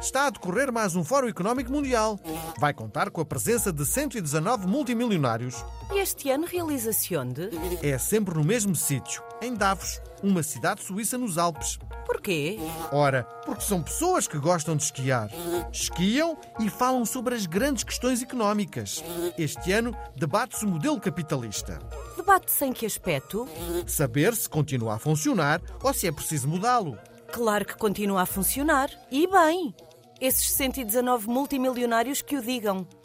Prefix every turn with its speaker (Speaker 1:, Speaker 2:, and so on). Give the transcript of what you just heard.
Speaker 1: Está a decorrer mais um Fórum Económico Mundial. Vai contar com a presença de 119 multimilionários.
Speaker 2: E este ano realiza-se onde?
Speaker 1: É sempre no mesmo sítio, em Davos, uma cidade suíça nos Alpes.
Speaker 2: Porquê?
Speaker 1: Ora, porque são pessoas que gostam de esquiar. Esquiam e falam sobre as grandes questões económicas. Este ano debate-se o modelo capitalista.
Speaker 2: Debate-se em que aspecto?
Speaker 1: Saber se continua a funcionar ou se é preciso mudá-lo.
Speaker 2: Claro que continua a funcionar. E bem! Esses 119 multimilionários que o digam.